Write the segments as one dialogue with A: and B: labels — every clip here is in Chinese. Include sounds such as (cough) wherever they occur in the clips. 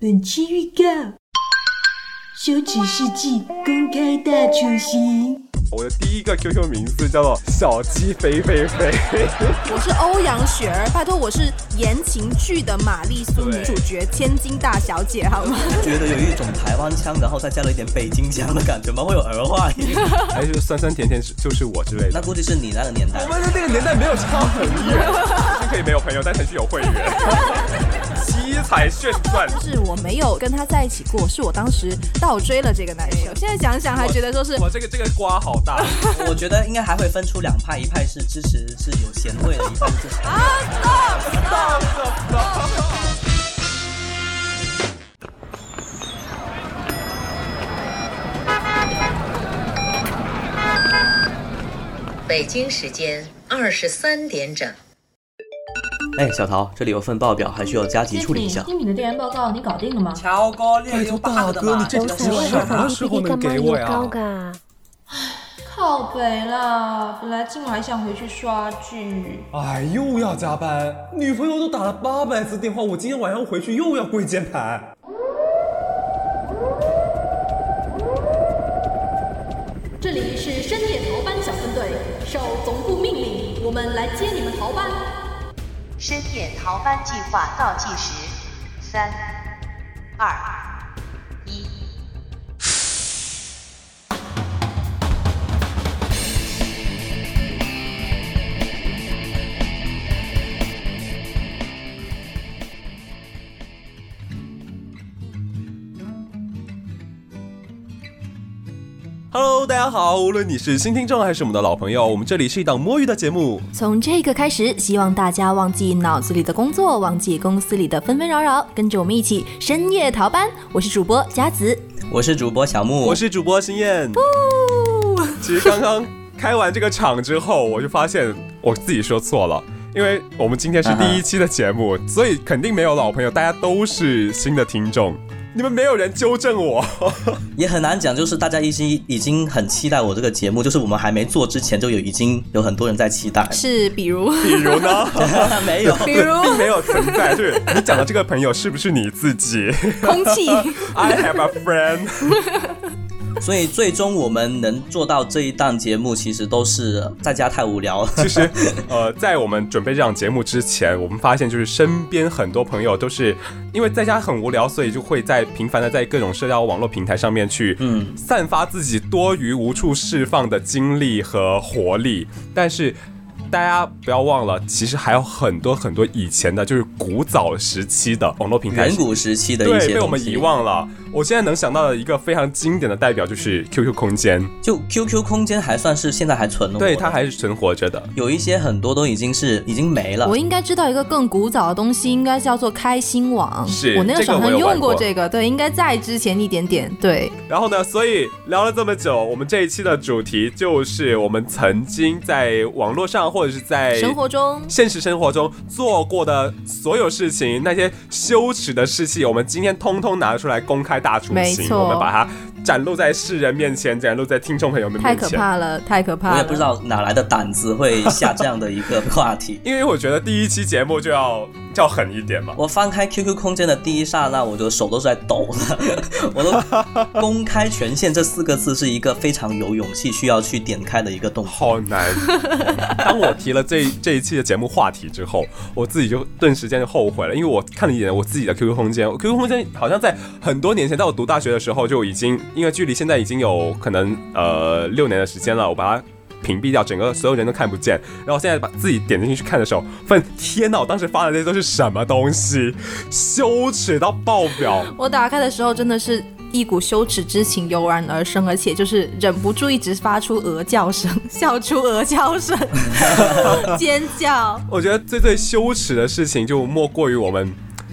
A: 本期预告：羞耻世纪公开大处刑。
B: 我的第一个 QQ 名字叫做小鸡肥肥 (laughs) 肥，
C: 我是欧阳雪儿，拜托，我是言情剧的玛丽苏女主角，千金大小姐，好
D: (laughs)
C: 吗？
D: 觉得有一种台湾腔，然后再加了一点北京腔的感觉吗？会有儿化音？
B: 还是酸酸甜甜是就是我之类
D: (laughs) 那
B: 的。
D: 估计是你那个年代
B: 我。们的那个年代没有差很远，腾讯可以没有朋友，但腾讯有会员，七彩炫钻。
C: 就是我没有跟他在一起过，是我当时倒追了这个男生。现在想想还觉得说是
B: 哇，这个这个瓜好大，
D: (laughs) 我觉得应该还会分出两派，一派是支持是有贤惠的，一派是支持。
E: 北京时间二十三点整。
D: 哎，小桃，这里有份报表，还需要加急处理
B: (laughs)
D: 一下。
F: 经理的调研报告你搞定了吗？
D: 乔哥六
B: 拜托大哥，你这
D: 比较
B: 东西
D: 适合
B: 什么时候能给我呀？
F: 靠北啦，本来今晚还想回去刷剧。
B: 哎，又要加班，女朋友都打了八百次电话，我今天晚上回去又要跪键盘。
G: 这里是深夜逃班小分队，受总部命令，我们来接你们逃班。
H: 深夜逃班计划倒计时，三、二、一。
B: Hello，大家好，无论你是新听众还是我们的老朋友，我们这里是一档摸鱼的节目，
C: 从这个开始，希望大家忘记脑子里的工作，忘记公司里的纷纷扰扰，跟着我们一起深夜逃班。我是主播佳子，
D: 我是主播小木，
B: 我是主播星燕。其实刚刚开完这个场之后，我就发现我自己说错了。因为我们今天是第一期的节目
C: 嗯
B: 所以肯定没有老朋友，大家都是新的听众，你们没有人纠正
C: (laughs)
B: 我。
D: 也很难讲，就是大家已经已经很期待我这个节目，就是我们还没做之前就有已经有很多人在期待。
C: 是比如，
B: 比如呢，
D: (laughs) 没有，
C: 比如
B: 并没有存在，就是你讲的这个朋友是不是你自
C: (laughs)
B: 己
C: 空气，
B: ？I have a friend。
D: 所以最终我们能做到这一档节目，其实都是在家太无聊了。
B: 其实，呃，在我们准备这档节目之前，我们发现就是身边很多朋友都是因为在家很无聊，所以就会在频繁的在各种社交网络平台上面去，嗯，散发自己多余无处释放的精力和活力。但是，大家不要忘了，其实还有很多很多以前的，就是古早时期的网络平台
D: 远。古时期的一
B: 对，
D: 些
B: 被我
D: 东
B: 们
D: 西
B: 遗。忘了。我现在能想到的一个非常经典的代表就是 QQ 空间，
D: 就 QQ 空间还算是现在还存活的，
B: 对，它还是存活着的。
D: 有一些很多都已经是已经没了
C: 我。应该知道一个更古早的东西，应该叫做开心网。
B: 是
C: 我那个时候好
B: 这个我
C: 像
B: 有玩
C: 用过
B: 过
C: 这个，对，应该在之前一点点，对。
B: 然后呢，所以聊了这么久，我们这一期的主题就是我们曾经在网络上或者是在
C: 生活中
B: 现实生活中做过的所有事情，那些羞耻的事情，我们今天通通拿出来公开大处
C: 没
B: 刑，
C: 错
B: 我们把它展露在世人面前，展露在听众朋友们
C: 太
B: 面
C: 可
B: 前。。
C: 怕了，太可怕了！
D: 我也不知道哪来的胆子会下这样的一个话题
B: (laughs) 因为我觉得第一期节目就要就要狠一点嘛。
D: 我翻开 QQ 空间的第一刹那，我的手都是在抖的。 (laughs)
B: (laughs)
D: 我都公开权限这四个字是一个非常有勇气需要去点开的一个动作。
B: 好难。 (laughs) 当我提了这这一期的节目话题之后，我自己就顿时间就后悔了，因为我看了一眼我自己的 QQ 空间我，QQ 空间好像在很多年前，在我读大学的时候就已经，因为距离现在已经有可能呃六年的时间了，我把它。屏蔽掉整个所有人都看不见，然后现在把自己点进去看的时候，发现天呐，我当时发的那些都是什么东西，羞耻到爆表。
C: 我打开的时候真的是一股羞耻之情油然而生，而且就是忍不住一直发出鹅叫声，笑出鹅叫声，尖叫。
B: 我觉得最最羞耻的事情就莫过于我们。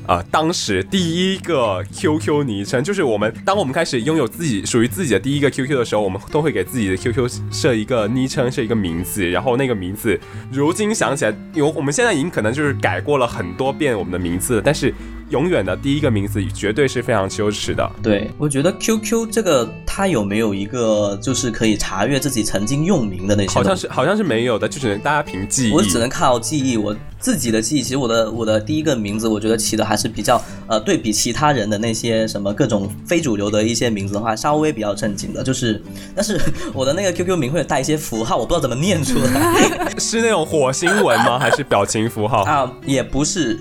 B: 啊、当时第一个 QQ 昵称就是我们，当我们开始拥有自己属于自己的第一个 QQ 的时候，我们都会给自己的 QQ 设一个昵称，设一个名字，然后那个名字，如今想起来，有我们现在已经可能就是改过了很多遍我们的名字了，但是永远的第一个名字绝对是非常羞耻的。
D: 对，我觉得 QQ 这个它有没有一个就是可以查阅自己曾经用名的那些？
B: 好像。是好像是没有的，就只能大家凭记忆。
D: 我只能靠记忆，我自己的记忆，其实我的我的第一个名字，我觉得起的还是比较呃，对比其他人的那些什么各种非主流的一些名字的话，稍微比较正经的。就是，但是 (laughs) 我的那个 QQ 名会有带一些符号，我不知道怎么念出来
B: 是那种火星文吗？还是表情符
D: (laughs)
B: 号？
D: 啊，也不是，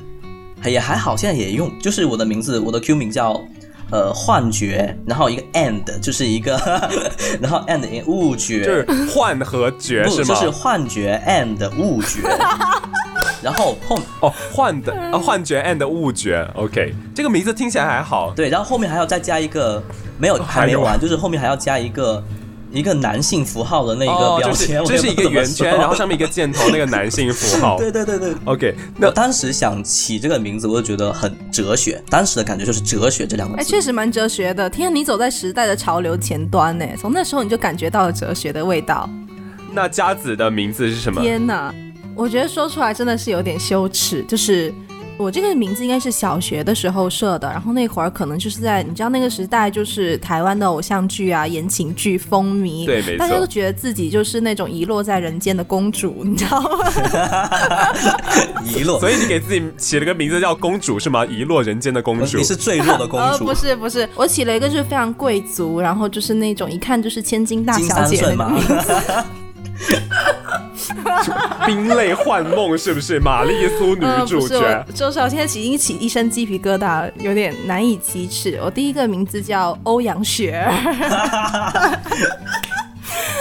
D: 也还好，现在也用。就是我的名字，我的 Q 名叫。呃，幻觉，然后一个 and 就是一个， (laughs) 然后 and 一个误觉，
B: 就是幻和觉
D: 不
B: 是
D: 就是
B: 吗？
D: 幻觉 and 误觉， (laughs) 然后后
B: 哦，幻的
C: 嗯
B: 啊，幻觉 and 误觉。OK，这个名字听起来还好。
D: 对，然后后面还要再加一个没有还
B: 还
D: 没
B: 有啊
D: 完，就是后面还要加一个一个男性符号的那个
B: 哦，
D: 标
B: 就是
D: 签，我
B: 这
D: 也
B: 是一
D: 不
B: 个圆
D: 知道怎么
B: 圈，
D: 说。
B: 然后上面一个箭头，那个男性符号
D: (laughs) 对对对对。
B: OK，哦
D: 我
B: 那
D: 当时想起这个名字，我就觉得很哲学，当时的感觉就是哲学这两个
C: 哎，
D: 字。
C: 确实蛮哲学的。天啊，你走在时代的潮流前端呢，从那时候你就感觉到了哲学的味道。
B: 那佳子的名字是什么？
C: 天哪，我觉得说出来真的是有点羞耻。就是我这个名字应该是小学的时候设的，然后那会儿可能就是在你知道那个时代，就是台湾的偶像剧啊、言情剧风靡，
B: 对没错
C: 大家都觉得自己就是那种遗落在人间的公主，你知道吗？
D: 遗落，
B: 所以你给自己起了个名字叫公主是吗？遗落人间的公主
D: 哦你。是最弱
C: (laughs)
D: 的公
C: 呃，
D: 主，
C: 不是不是，我起了一个就是非常贵族，然后就是那种一看就是千金大
D: 金
C: 小
D: 三
C: 姐
D: 顺
C: 那
D: 嘛
C: 种。。 (laughs)
B: 冰泪幻梦是不是？
C: (laughs)
B: 玛丽苏女
C: 嗯，
B: 主
C: 不是
B: 角。
C: 我，周少现在已经起一身鸡皮疙瘩了，有点难以启齿。我第一个名字叫欧阳雪儿，
D: (laughs)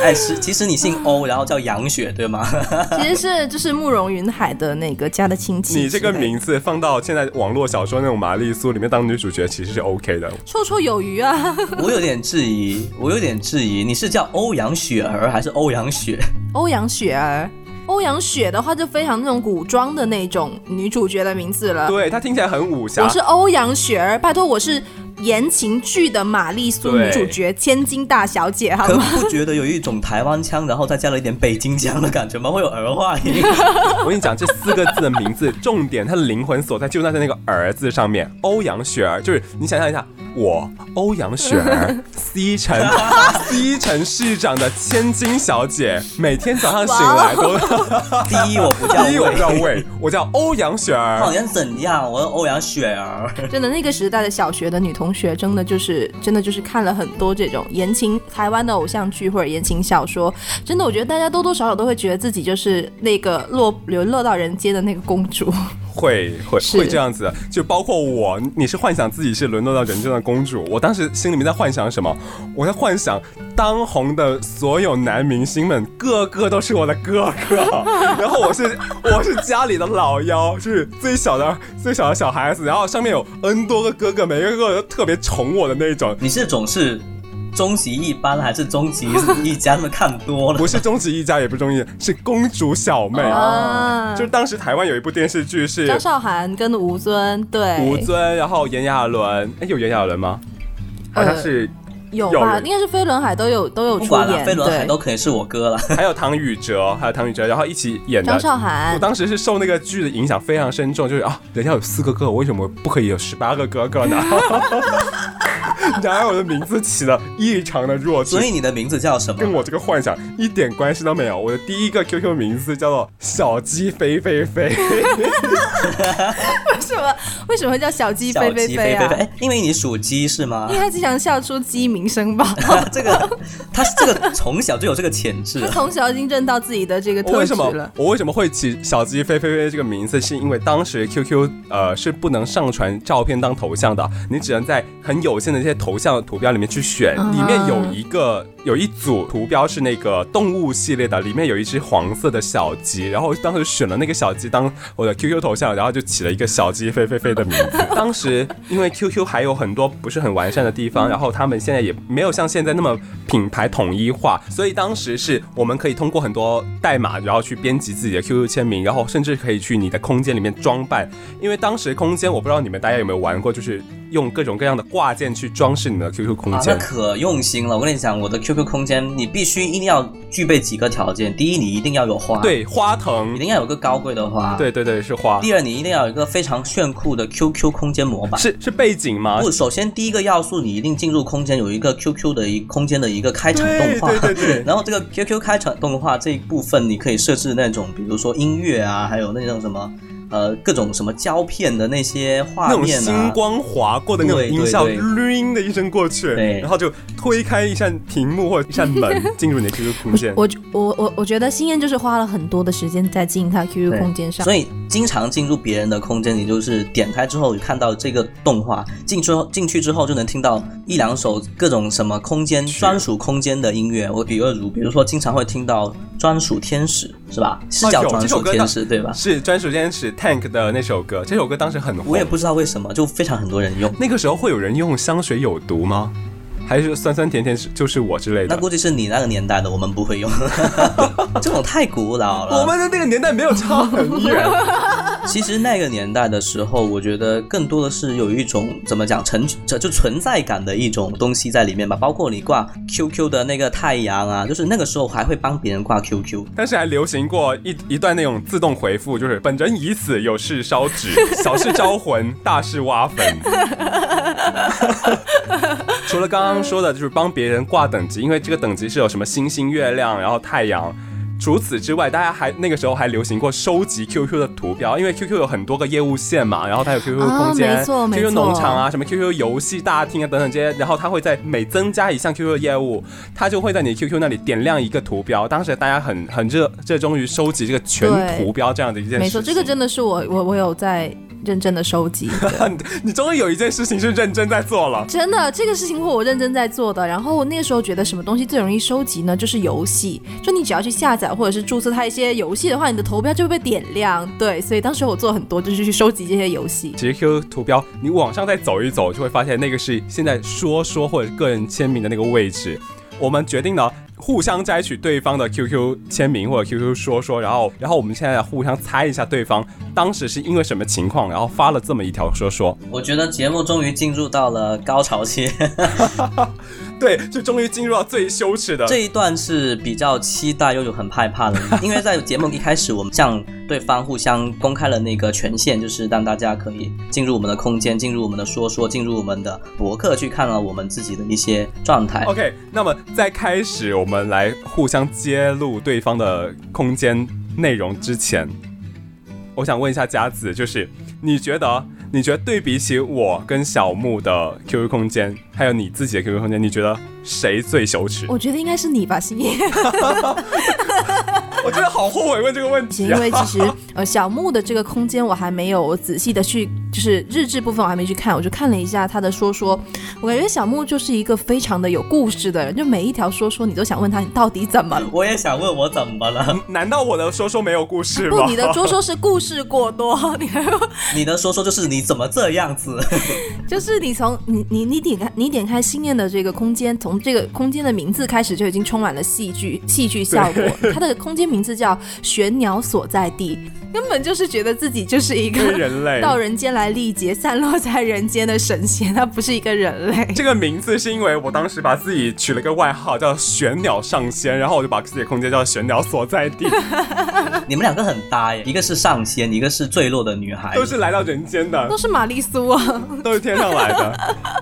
D: 哎，是其实你姓欧，然后叫杨雪，对吗？ (laughs)
C: (laughs) 其实是就是慕容云海的那个家的亲戚之类的。
B: 你这个名字放到现在网络小说那种玛丽苏里面当女主角，其实是 OK 的。
C: 绰绰有余啊， (laughs)
D: 我有点质疑，我有点质疑，你是叫欧阳雪儿还是欧阳雪？
C: 欧阳雪儿。欧阳雪的话就非常那种古装的那种女主角的名字了。
B: 对，它听起来很武侠
C: 我是。欧阳雪儿，拜托我是言情剧的玛丽苏
B: 对
C: 女主角，千金大小姐，好
D: 可
C: 吗？
D: 不觉得有一种台湾腔，然后再加了一点北京腔的感觉吗？会有儿化音。
B: 我跟你讲，这四个字的名字，重点它的灵魂所在就在那个“儿”字上面。欧阳雪儿，就是你想象一下，我欧阳雪儿，西城西城市长的千金小姐，每天早上醒来都， (laughs)
D: 第一，我不
C: (laughs)
D: 叫
B: 第一我叫
D: 魏，
B: 魏，我叫欧阳雪儿
D: 好。像怎样？我是欧阳雪儿。
C: (laughs) 真的，那个时代的小学的女同学，真的就是真的就是看了很多这种言情台湾的偶像剧或者言情小说，真的，我觉得大家多多少少都会觉得自己就是那个落流落到人间的那个公主。
B: 会会
C: 是
B: 会这样子的，就包括我，你是幻想自己是沦落到人间的公主。我当时心里面在幻想什么？我在幻想当红的所有男明星们，个个都是我的哥哥， (laughs) 然后我是我是家里的老幺，就是最小的最小的小孩子，然后上面有 N 多个哥哥，每个哥哥都特别宠我的那种。
D: 你这种是终极一班还是终极一家？那看多了
B: 不。是终极一家，也不是终极，是公主小妹。
C: 啊
B: 就是当时台湾有一部电视剧是
C: 张韶涵跟吴尊，对，
B: 吴尊，然后炎亚纶，哎，有炎亚纶吗？好
C: 呃
B: 像是
C: 有
B: 有
C: 吧？
B: 人
C: 应该是飞轮海都有都有
D: 不
C: 出
D: 管了，
C: 演，
D: 飞轮海
C: 对
D: 都，可以是我哥了。
B: 还有唐禹哲，还有唐禹哲，然后一起演的
C: 张。韶
B: 我
C: 涵。
B: 当时是受那个剧的影响非常深重，就是啊，人家有四个哥哥，我为什么不可以有十八个哥哥呢？ (laughs) 然而我的名字起的异常的弱智
D: 所，以你的名字叫什
B: 跟
D: 么？
B: 我这个幻想一点关系都没有。我的第一个 QQ 名字叫做小鸡飞飞飞，
C: (laughs) 为什么为什么会叫小鸡
D: 小
C: 飞
D: 鸡
C: 飞
D: 飞
C: 啊？
D: 哎，因为你属鸡是吗
C: (laughs) 因为？他经常笑出鸡鸣声
D: (laughs)
C: 吧。哦
D: 这个，他是这个从小就有这个潜质啊
C: 他。从小已经认到自己的这
D: (laughs)
C: 个
B: 我
C: (laughs) 特
B: 为
C: 质
B: 什
C: 了
B: 么。我为什么会起小鸡飞飞飞这个名字？是因为当时 QQ 呃是不能上传照片当头像的，你只能在很有限的一些头像图标里面去选。
C: 啊
B: 里面有一个有一组图标是那个动物系列的，里面有一只黄色的小鸡，然后当时选了那个小鸡当我的 QQ 头像，然后就起了一个小鸡飞飞飞的名字。当时因为 QQ 还有很多不是很完善的地方，然后他们现在也没有像现在那么品牌统一化，所以当时是我们可以通过很多代码，然后去编辑自己的 QQ 签名，然后甚至可以去你的空间里面装扮。因为当时空间我不知道你们大家有没有玩过，就是用各种各样的挂件去装饰你的 QQ 空
D: 啊，那
B: 间。
D: 可用心了！我跟你讲，我的 QQ 空间，你必须一定要具备几个条件。第一，你一定要有花，，
B: 对，花藤
D: 一，定要有个高贵的花。。
B: 对对对，是花，
D: 第二，你一定要有一个非常炫酷的 QQ 空间模板。
B: 是啊是背景吗？
D: 不，首先第一个要素，你一定进入空间有一个 QQ 的一空间的一个开场动画，
B: 对对对对
D: (laughs) 然后这个 QQ 开场动画这一部分，你可以设置那种，比如说音乐啊，还有那种什么呃各种什么胶片的那些
B: 那
D: 画
B: 种
D: 面
B: 星
D: 啊，
B: 光划过的那种
D: 对对
B: 音效，
D: 对
B: 铃的一声过去，
D: 对
B: 然后就推开一扇屏幕或者一扇
D: (laughs)
B: 门，进入你的 QQ 空间。
C: 我我我我觉得心燕就是花了很多的时间在经营她的 QQ
D: 对
C: 空间上，
D: 所以经常进入别人的空间，你就是点开之后看到这个动画，进之后进去之后就能听到一两首各种什么空间专属空间的音乐。我比如如，比如说经常会听到专属天使，是吧？是
B: 哦
D: 叫
B: 有
D: 专
B: 这首
D: 属
B: 歌
D: 天
B: 当
D: 使对吧？
B: 是专属天使 Tank 的那首歌，这首歌当时很红。
D: 我也不知道为什么，就非常很多人用。
B: 那个时候会有人用香水有毒吗？还是酸酸甜甜是就是我之类
D: 那
B: 的？
D: 估计是你那个年代的，我们不会用， (laughs) 这种太古老了。
B: 我们的那个年代没有差很远，
D: 其实那个年代的时候，我觉得更多的是有一种怎么讲存就就存在感的一种东西在里面吧。包括你挂 QQ 的那个太阳啊，就是那个时候还会帮别人挂 QQ。
B: 但是还流行过一一段那种自动回复，就是本人已死，有事烧
C: (laughs)
B: 纸，小事招魂，大事挖坟。 (laughs) 除了刚刚说的，就是帮别人挂等级，因为这个等级是有什么星星、月亮，然后太阳。除此之外，大家还那个时候还流行过收集 QQ 的图标，因为 QQ 有很多个业务线嘛，然后它有 QQ
C: 啊
B: 空间、
C: 没错没
B: QQ
C: 错
B: 农场啊，什么 QQ 游戏大厅啊等等这些，然后它会在每增加一项 QQ 的业务，它就会在你 QQ 那里点亮一个图标。当时大家很很热热衷于收集这个全
C: 对
B: 图标这样的一件事情。
C: 没错，这个真的是我我我有在认真的收集。
B: 你终于有一件事情是认真在做了。
C: 真的，这个事情是我认真在做的。然后我那个时候觉得什么东西最容易收集呢？就是游戏。就你只要去下载或者是注册它一些游戏的话，你的投标就会被点亮。对，所以当时我做很多就是去收集这些
B: (laughs)
C: 游戏。
B: 其实 QQ 图标，你往上再走一走，就会发现那个是现在说说或者个人签名的那个位置。我们决定了互相摘取对方的 QQ 签名或者 QQ 说说，然后然后我们现在互相猜一下对方当时是因为什么情况，然后发了这么一条说说。
D: 我觉得节目终于进入到了高潮 (laughs) 期，
B: 对，就终于进入到最羞耻的。
D: 这一段是比较期待又有很害怕的，因为在节目一开始，我们向对方互相公开了那个权限，就是让大家可以进入我们的空间，进入我们的说说，进入我们的博客去看了我们自己的一些状态。
B: OK，那么在开始我们来互相揭露对方的空间内容之前，我想问一下佳子，就是你觉得，啊你觉得对比起我跟小木的 QQ 空间，还有你自己的 QQ 空间，你觉得谁最羞耻？
C: 我觉得应该是你吧，星爷，
B: 我真的好后悔问这个问
C: 因
B: 题啊！
C: 为其实呃小木的这个空间我还没有仔细的去，就是日志部分我还没去看，我就看了一下他的说说，我感觉小木就是一个非常的有故事的人，就每一条说说你都想问他你到底怎
D: (laughs)
C: 么了。
D: 我也想问我怎么了？
B: 难道我的说说没有故事吗？
C: 不，你的说说是故事过多，你还有
D: 你的说说就是你怎么这样子？
C: 就是你从你你你点开你点开心念的这个空间，从这个空间的名字开始就已经充满了戏剧戏剧效果。它的空间名字叫“玄鸟所在地”，根本就是觉得自己就是一
B: 对
C: 个
B: 人类。
C: 到人间来历劫、散落在人间的神仙，他不是一个人类。
B: 这个名字是因为我当时把自己取了个外号叫“玄鸟上仙”，然后我就把自己的空间叫“玄鸟所在地”，
D: 你们两个很搭耶，一个是上仙，一个是坠落的女孩，
B: 都。是来到人间的
C: (laughs) 都。是玛丽苏啊！
B: 都是天上来的。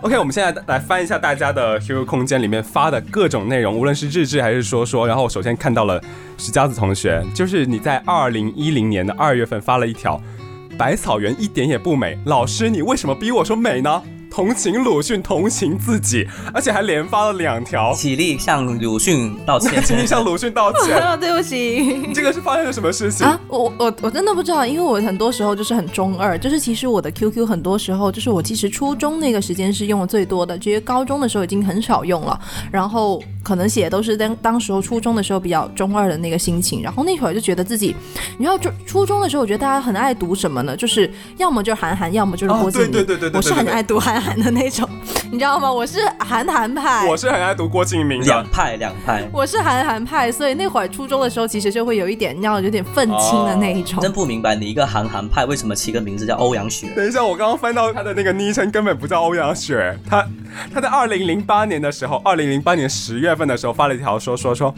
B: OK，我们现在来翻一下大家的 QQ 空间里面发的各种内容，无论是日志还是说说。然后我首先看到了石佳子同学，就是你在二零一零年的二月份发了一条“百草园一点也不美”，老师你为什么逼我说美呢？同情鲁迅，同情自己，而且还连发了两条。
D: 起立向鲁迅道
B: (laughs)
D: 歉
B: 请你向鲁迅道
C: (laughs)
B: 歉。
C: 对不起。
B: 这个是发生了什么事情？
C: 啊，我我我真的不知道，因为我很多时候就是很中二，就是其实我的 QQ 很多时候就是我其实初中那个时间是用的最多的，其实高中的时候已经很少用了，然后可能写都是当当时候初中的时候比较中二的那个心情，然后那会儿就觉得自己，你知道初初中的时候，我觉得大家很爱读什么呢？就是要么就是韩寒，要么就是
B: 哦
C: 郭敬明、
B: 对对对对对
C: 我是
B: 对对
C: 很
B: 对
C: 爱读韩寒的那种，你知道吗？我是韩寒派，
B: 我是很爱读郭敬明的
D: 两。派，两派，
C: 我是韩寒派，所以那会儿初中的时候，其实就会有一点，要有点愤青
B: 哦
C: 的那一种。
D: 真不明白你一个韩寒派为什么起个名字叫欧阳雪。
B: 等一下，我刚刚翻到他的那个昵称根本不叫欧阳雪，他他在二零零八年的时候，二零零八年十月份的时候发了一条说说说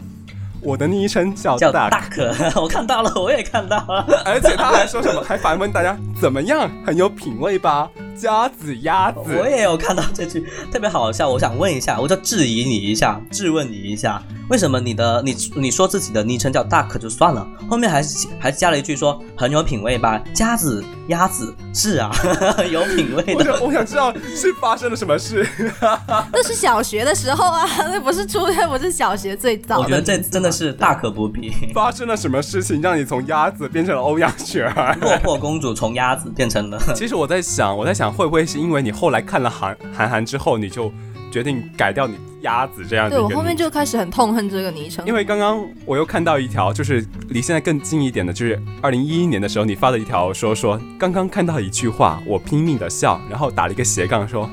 B: 我的昵称叫
D: 叫
B: 大，
D: 大可， (laughs) 我看到了，我也看到了。
B: 而且他还说什么，还反问大家怎么样，很有品味吧？家子鸭子，
D: 我也有看到这句，特别好笑。我想问一下，我就质疑你一下，质问你一下，为什么你的你你说自己的昵称叫大可就算了，后面还还加了一句说很有品味吧？家子鸭子是啊， (laughs) 有品味
B: 我
D: 的。
B: 想我想知道是发生了什么事。
C: 那是小学的时候啊， (laughs) 那不是初，那不是小学最早
D: 我
C: 的名字吗。
D: 觉得这真的是大可不必。
B: 发生了什么事情让你从鸭子变成了欧阳雪儿？
D: (laughs) 落魄公主从鸭子变 (laughs) 成了，
B: 其实我在想，我在想会不会是因为你后来看了韩韩寒之后，你就决定改掉你鸭子这样的
C: 对
B: 一个名
C: 我
B: 字？
C: 后面就开始很痛恨这个昵称，
B: 因为刚刚我又看到一条，就是离现在更近一点的，就是二零一一年的时候你发的一条说说刚刚看到一句话，我拼命的笑，然后打了一个斜杠说。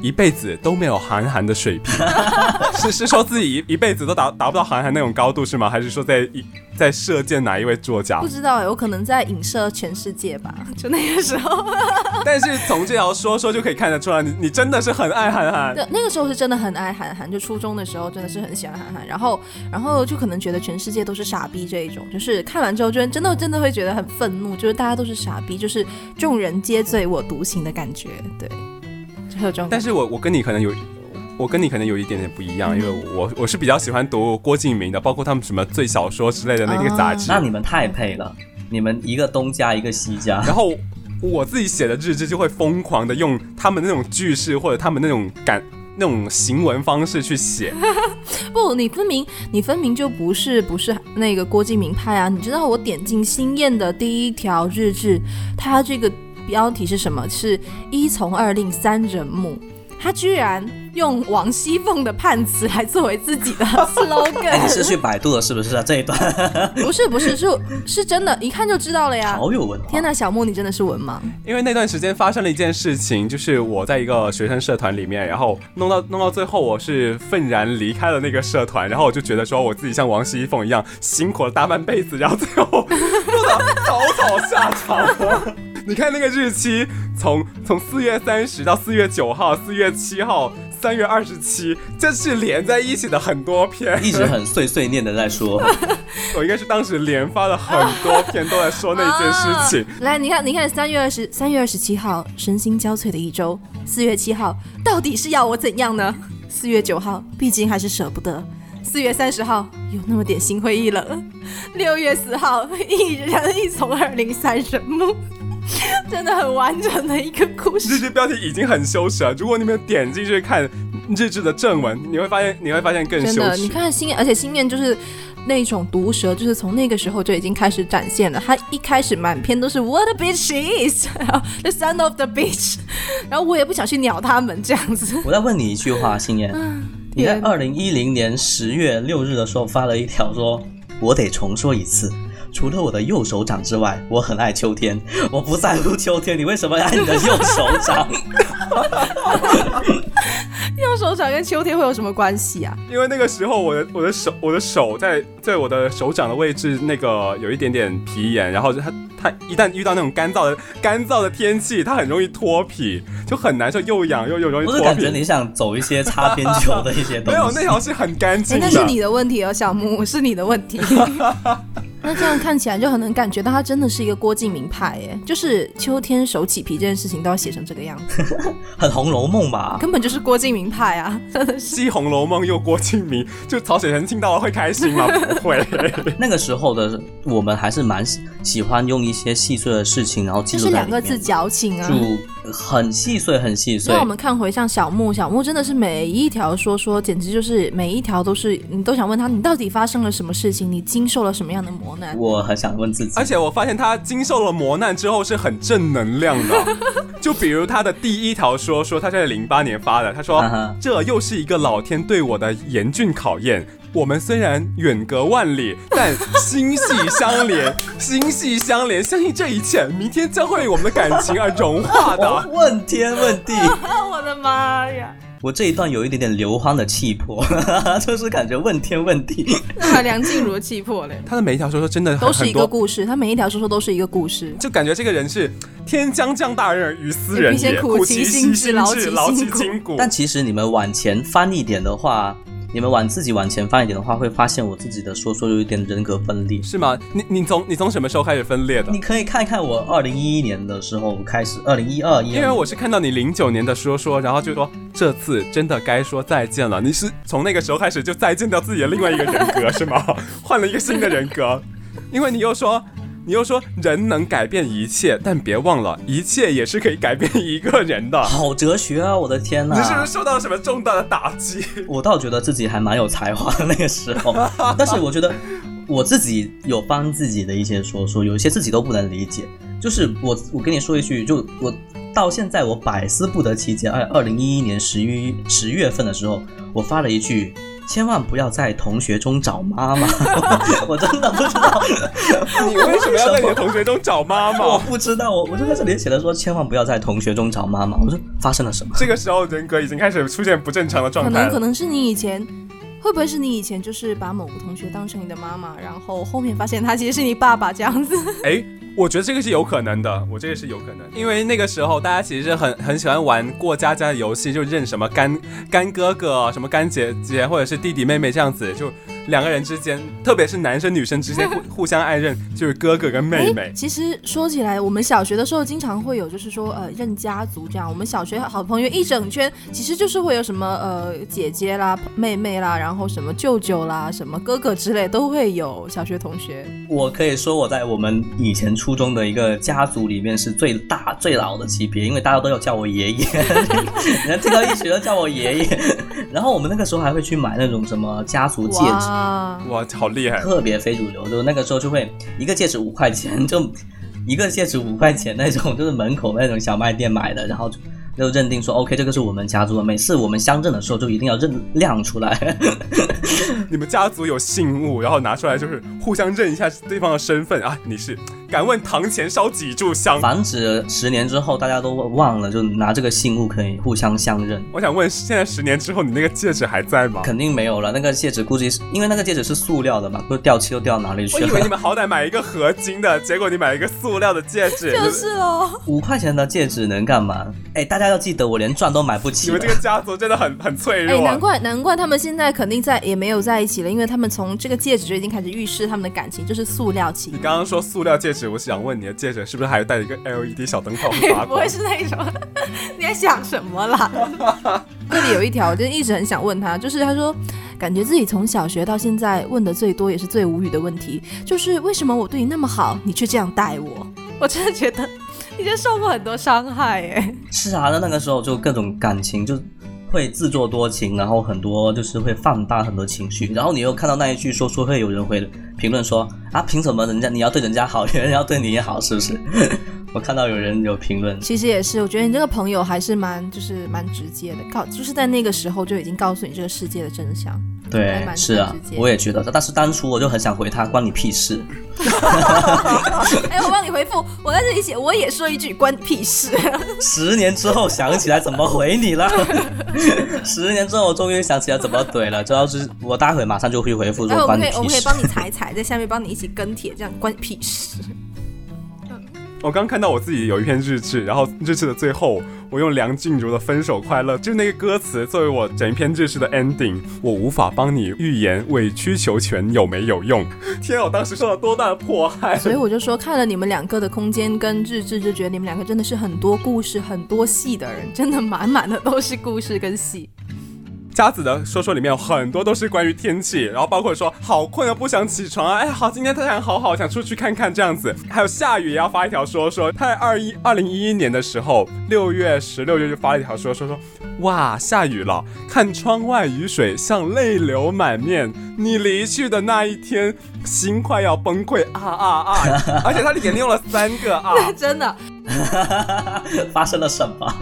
B: 一辈子都没有韩寒的水平， (laughs) 是是说自己一一辈子都达达不到韩寒那种高度是吗？还是说在一在射箭哪一位作家
C: 不？知道有可能在影射全世界吧，就那个时
D: (laughs)
C: 候。
B: 但是从这条说说就可以看得出来，你你真的是很爱韩寒。
C: 对，那个时候是真的很爱韩寒，就初中的时候真的是很喜欢韩寒，然后然后就可能觉得全世界都是傻逼这一种，就是看完之后就真的真的会觉得很愤怒，就是大家都是傻逼，就是众人皆醉我独醒的感觉，对，就会有这种。
B: 但是我我跟你可能有，我跟你可能有一点点不一样，因为我我是比较喜欢读郭敬明的，包括他们什么《最小说》之类的那个杂志。
D: 那你们太配了，你们一个东家一个西 (laughs) 家。
B: 然后我自己写的日志就会疯狂的用他们那种句式或者他们那种感。那种行文方式去写，
C: 不，你分明你分明就不是不是那个郭敬明派啊！你知道我点进星燕的第一条日志，它这个标题是什么？是一从二令三人母。他居然用王熙凤的判词来作为自
D: (laughs)
C: 己的
D: 哎，你是
C: slogan，
D: 去百度了是不是啊？这一段
C: 不是不是是是真的，一看就知道了呀！
D: (laughs) 好有啊文化。
C: 天哪，小莫你真的是文盲，
B: 因为那段时间发生了一件事情，就是我在一个学生社团里面，然后弄到弄到最后，我是愤然离开了那个社团，然后我就觉得说我自己像王熙凤一样辛苦了大半辈子，然后最后弄到草草下场了。你看那个日期，从从四月三十到四月九号、四月七号、三月二十七，这是连在一起的很多篇，
D: (laughs) 一直很碎碎念的在说，
B: 我应该是当时连发了很多篇都在说那一件事情。
C: 啊来，你看，你看，三月二十三月二十七号，神心交瘁的一周；四月七号，到底是要我怎样呢？四月九号，毕竟还是舍不得；四月三十号，有那么点心灰意冷；六月四号，一人一从二零三神木，真的很完整的一个故
B: 日
C: 事。
B: 志标题已经很羞耻了，啊如果你们点进去看日志的正文，你会发现你会发现更
C: 真
B: 羞
C: 的，你
B: 耻。
C: 看心，而且心念就是那种毒舌，就是从那个时候就已经开始展现了。他一开始满篇都是 What a bitch she is，然 (laughs) 后 The son of the bitch，然后 (laughs) 我也不想去鸟他们这样子。
D: 我再问你一句
C: 嗯
D: 话，心妍，你在
C: 天
D: 二零一零年十月六日的时候发了一条说，我得重说一次。除了我的右手掌之外，我很爱秋天。我不在乎秋天，你为什么爱你的右手
B: (laughs)
D: 掌？
C: 右手掌跟秋天会有什么关系啊？
B: 因为那个时候我的我的手我的手在在我的手掌的位置那个有一点点皮炎，然后它它一旦遇到那种干燥的干燥的天气，它很容易脱皮，就很难受，又痒又又容易
D: 我是
B: 脱
D: 感觉
B: 皮。
D: 你想走一些擦边球的一些东
B: (laughs) 没
D: 西。
B: 有那条是很干
C: 哎
B: 净的，
C: 那是你的问题哦，小木是你的问
B: (laughs)
C: 题。那这样看起来就很能感觉到他真的是一个郭敬明派耶，就是秋天手起皮这件事情都要写成这个样子，
D: 很《红楼梦》吧？
C: 根本就是郭敬明派啊！真的是，
B: 西红楼梦》又郭敬明，就曹雪芹听到了会开心吗？不会。
D: 那个时候的我们还是蛮喜喜欢用一些细碎的事情，然后
C: (laughs)
D: 记
C: 就
D: 录
C: 是
D: 在
C: 两
D: 里
C: 个
D: 面
C: 字矫情啊。
D: 就很细碎，很细碎
C: 那。我们看回像小木，小木真的是每一条说说，简直就是每一条都是你都想问他，你到底发生了什么事情，你经受了什么样的磨 (laughs) 难？
D: 我很想问自己
B: 而，且我发现他经受了磨难之后是很正能量
C: (laughs)
B: 的，就比如他的第一条说说他是在零八年发的，他说
C: 嗯
D: 啊哈
B: 这又是一个老天对我的严峻考验。我们虽然远隔万里，但心系相连，心系相连，相信这一切，明天将会为我们的感情而融化
D: 我
C: 哦
B: 的。
D: 问天问地，
C: 我的妈呀！
D: 我这一段有一点点刘欢的气魄， (laughs) 就是感觉问天问地。
B: 哦
C: 那梁静茹的气魄嘞，
B: 他的每一条说说真的很
C: (laughs) 都是一
B: 很
C: 个
B: 多，
C: 故事，他每一条说说都是一个故事。
B: 就感觉这个人是天将降大任于斯人
C: 必先
B: 也，
C: 苦
B: 苦
C: 其
B: 其
C: 心
B: 心
C: 志劳
B: 志，
C: 其
B: 劳
C: 筋
B: 其
C: 骨
B: 筋骨。
D: 但其实你们往前翻一点的话，你们往自己往前翻一点的话，会发现我自己的说说有一点人格分裂。
B: 是吗？你你从你从什么时候开始分裂的
D: 你？可以看看我二零一一年的时候开始，二零一二一，
B: 因为我是看到你零九年的说说，然后就说这次真的该说再见了。你是从那个时候开始就再见掉自己的另外一个人
D: (laughs)
B: 格是吗？换了一个新的人格，因为你又说。你又说人能改变一切，但别忘了，一切也是可以改变一个人的。
D: 好哲学啊！我的天
B: 你是不
D: 呐
B: 是，受到了什么重大的打
D: (laughs)
B: 击？
D: 我倒觉得自己还蛮有才华的那个
B: (laughs)
D: 时候，但是我觉得我自己有帮自己的一些说说，有一些自己都不能理解。就是我，我跟你说一句，就我到现在我百思不得其解。二二零一一年十一十月份的时候，我发了一句。千万不要在同学中找妈妈， (laughs) 我真的不知道，
B: (laughs) 你为什么要在你的同学中找妈
D: (laughs)
B: 妈？
D: 我不知道，我我就在这里写的说，千万不要在同学中找妈妈。我说发生了什么？
B: 这个时候人格已经开始出现不正常的状
C: 可
B: 态
C: 能
B: 了。
C: 可能是你以前，会不会是你以前就是把某个同学当成你的妈妈，然后后面发现他其实是你爸爸这样子？
B: 哎，我觉得这个是有可能的，我这个是有可能的，因为那个时候大家其实很很喜欢玩过家家的游戏，就认什么干干哥哥、啊什么干姐姐或者是弟弟妹妹这样子，就两个人之间，特别是男生女生之间互互相爱认，就是哥哥跟妹妹
C: 诶。哎其实说起来，我们小学的时候经常会有，就是说呃认家族这样。我们小学好朋友一整圈，其实就是会有什么呃姐姐啦、妹妹啦，然后什么舅舅啦、什么哥哥之类都会有小学同学。
D: 我可以说我在我们以前初中的一个家族里面是最大最老的级别，因为大家都要叫我爷爷，人家听到一起都叫我爷爷。然后我们那个时候还会去买那种什么家族戒指，
C: 哇，
B: 哇，好厉害！
D: 特别非主流，就那个时候就会一个戒指五块钱，就一个戒指五块钱那种，就是门口那种小卖店买的，然后就。就认定说，OK，这个是我们家族的。每次我们相认的时候，就一定要认亮出来。
B: 你们家族有信物，然后拿出来就是互相认一下对方的身份啊。你是敢问堂前烧几炷
D: (laughs)
B: 香？
D: 防止十年之后大家都忘了，就拿这个信物可以互相相认。
B: 我想问，现在十年之后，你那个戒指还在吗？
D: 肯定没有了，那个戒指估计是因为那个戒指是塑料的嘛，不是掉漆又掉哪里
B: 我
D: 去
B: 以为你
D: 了？
B: 们好歹买一个合金的， (laughs) 结果你买一个塑料的戒指，
C: 就是哦，
D: (laughs) 五块钱的戒指能干嘛？ (laughs) 哎，大家要记得，我连钻都买不
B: 你
D: 起
B: 们这
D: 了
B: 个家族真的很很脆
C: 哎，
B: 弱、啊
C: 难怪难怪他们现在肯定在也没有在一起了，因为他们从这个戒指就已经开始预示他们的感情就是塑料情
B: 你。刚刚说塑料戒指，我想问你的戒指是不是还 (laughs) 带一个 LED 小灯泡会发
C: (laughs) 不
B: 光
C: 会？是那种，你在想什么啦？ (laughs) 这里有一条，我就一直很想问他，就是他说，感觉自己从小学到现在问的最多也是最无语的问题，就是为什么我对你那么好，你却这样待我？我真的觉得你这受过很多伤害哎。
D: 是啊，那那个时候就各种感情就会自作多情，然后很多就是会放大很多情绪，然后你又看到那一句说说会有人会评论说啊，凭什么人家你要对人家好，人家要对你也好，是不是？ (laughs) 我看到有人有评论，
C: 其实也是，我觉得你这个朋友还是蛮就是蛮直接的，告就是在那个时候就已经告诉你这个世界的真相。 (laughs) 还
D: 对，
C: 蛮
D: 是啊
C: 直接，的
D: 我也觉得，但是当初我就很想回他，关你屁事。
C: 哎，我帮你回复，我在这里写，我也说一句关你屁事。
D: 十年之后想起来怎么回你了， (laughs) 十年之后我终于想起来怎么怼了。主要是我待会马上就会回复
C: 哎，
D: 说
C: 我
D: 关
C: 们
D: 你
C: 可以我
D: 屁
C: 们可以
D: 事。
C: 帮你踩一踩，在下面帮你一起跟帖，这样关你屁事。
B: (laughs) 我刚看到我自己有一篇日志，然后日志的最后，我用梁静茹的《分手快乐》就是那个歌词作为我整篇日志的 ending。我无法帮你预言委曲求全有没有用。天啊，我当时受到多大的迫害！
C: 所以我就说，看了你们两个的空间跟日志，就觉得你们两个真的是很多故事、很多戏的人，真的满满的都是故事跟戏。 (laughs)
B: 佳子的说说里面有很多都是关于天气，然后包括说好困啊，不想起床啊，哎，好，今天太阳好好，想出去看看这样子。还有下雨也啊要发一条说说，他在二一二零一一年的时候，六月十六日就发了一条说说说，哇，下雨了，看窗外雨水像泪流满面，你离去的那一天，心快要崩溃啊啊啊！ (laughs) 而且他里面用了三个啊，
C: 真的，
D: (laughs) 发生了什么？